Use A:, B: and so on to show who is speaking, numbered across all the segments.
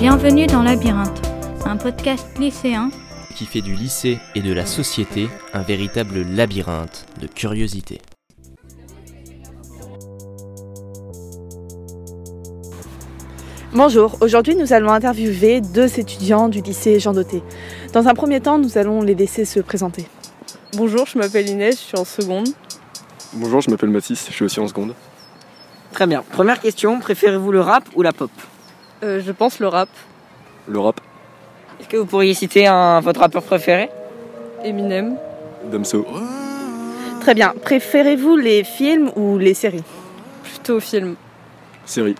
A: Bienvenue dans Labyrinthe, un podcast lycéen.
B: qui fait du lycée et de la société un véritable labyrinthe de curiosité.
C: Bonjour, aujourd'hui nous allons interviewer deux étudiants du lycée Jean Doté. Dans un premier temps, nous allons les laisser se présenter.
D: Bonjour, je m'appelle Inès, je suis en seconde.
E: Bonjour, je m'appelle Mathis, je suis aussi en seconde.
F: Très bien. Première question, préférez-vous le rap ou la pop
D: Euh, je pense le rap.
E: Le rap,
F: Est-ce que vous pourriez citer un, votre rappeur préféré
D: Eminem.
E: Damso,
C: Très bien, préférez-vous les films ou les séries
D: Plutôt film.
E: série.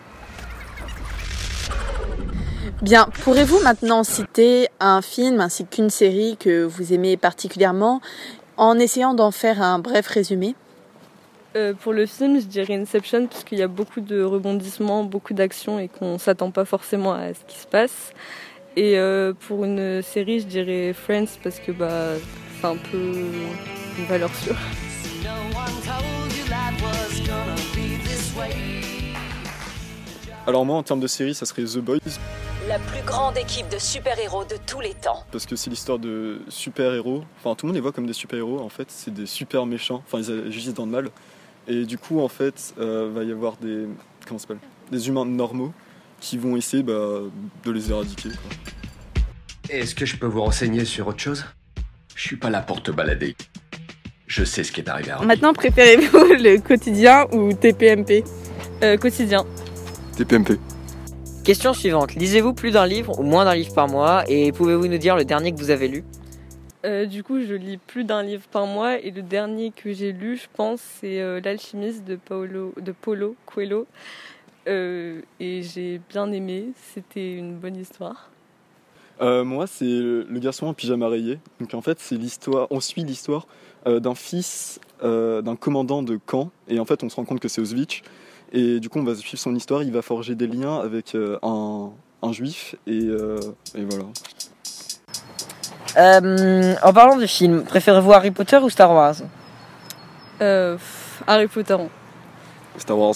G: Bien, pourrez-vous maintenant citer un film ainsi qu'une série que vous aimez particulièrement en essayant d'en faire un bref résumé
D: Euh, pour le film, je dirais Inception parce qu'il y a beaucoup de rebondissements, beaucoup d'actions et qu'on s'attend pas forcément à ce qui se passe. Et euh, pour une série, je dirais Friends parce que bah c'est un peu une valeur sûre.
E: Alors moi, en termes de série, ça serait The Boys,
H: La plus grande équipe de super-héros de tous les temps.
E: parce que c'est l'histoire de super-héros. Enfin, tout le monde les voit comme des super-héros, en fait, c'est des super méchants. Enfin, ils agissent dans le mal. Et du coup, en fait, euh, va y avoir des... Comment ça s'appelle Des humains normaux qui vont essayer bah, de les éradiquer. quoi.
I: Est-ce que je peux vous renseigner sur autre chose Je suis pas là pour te balader. Je sais ce qui est arrivé à Randy.
C: Maintenant, préférez-vous le quotidien ou TPMP
D: Euh, quotidien.
E: TPMP.
F: Question suivante, lisez-vous plus d'un livre ou moins d'un livre par mois et pouvez-vous nous dire le dernier que vous avez lu
D: Euh, du coup, je lis plus d'un livre par mois et le dernier que j'ai lu, je pense, c'est euh, L'alchimiste de Paolo, de Paulo Coelho. Euh, et j'ai bien aimé, c'était une bonne histoire.
E: Euh, moi, c'est le le garçon en pyjama rayé. Donc en fait, c'est l'histoire. On suit l'histoire euh, d'un fils euh, d'un commandant de camp, et en fait, on se rend compte que c'est Auschwitz. Et du coup, on va suivre son histoire. Il va forger des liens avec euh, un, un juif, et, euh, et voilà.
F: Euh, En parlant de films, préférez-vous Harry Potter ou Star Wars
D: Euh, pff, Harry Potter.
E: Star Wars,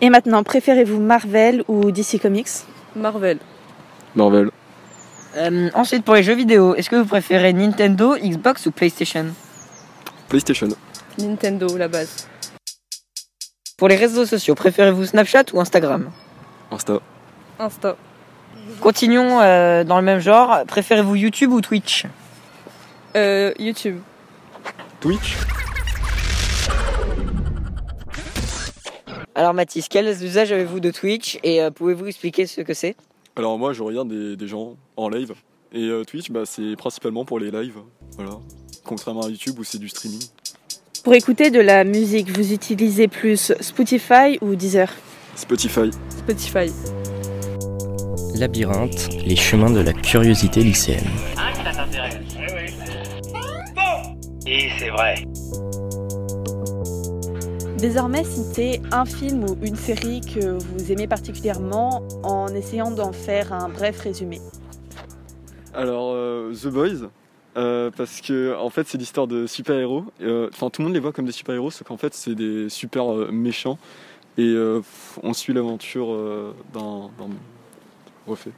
C: Et maintenant, préférez-vous Marvel ou DC Comics
D: Marvel.
E: Marvel,
F: Euh, Ensuite, pour les jeux vidéo, est-ce que vous préférez Nintendo, Xbox ou PlayStation
E: PlayStation,
D: Nintendo, la base.
F: Pour les réseaux sociaux, préférez-vous Snapchat ou Instagram
E: Insta,
D: Insta.
F: Continuons euh, dans le même genre, préférez-vous YouTube ou Twitch
D: Euh, YouTube.
E: Twitch.
F: Alors Mathis, quels usages avez-vous de Twitch et euh, pouvez-vous expliquer ce que c'est
E: Alors moi, je regarde des, des gens en live, et euh, Twitch, bah, c'est principalement pour les lives, voilà. Contrairement à YouTube où c'est du streaming.
C: Pour écouter de la musique, vous utilisez plus Spotify ou Deezer
E: Spotify,
D: Spotify.
B: Labyrinthe, les chemins de la curiosité lycéenne.
C: Désormais, citez un film ou une série que vous aimez particulièrement en essayant d'en faire un bref résumé.
E: Alors, euh, The Boys, euh, parce que en fait, c'est l'histoire de super-héros. Euh, Enfin, tout le monde les voit comme des super-héros, sauf qu'en fait, c'est des super euh, méchants. Et euh, pff, on suit l'aventure euh, d'un. d'un- Refait.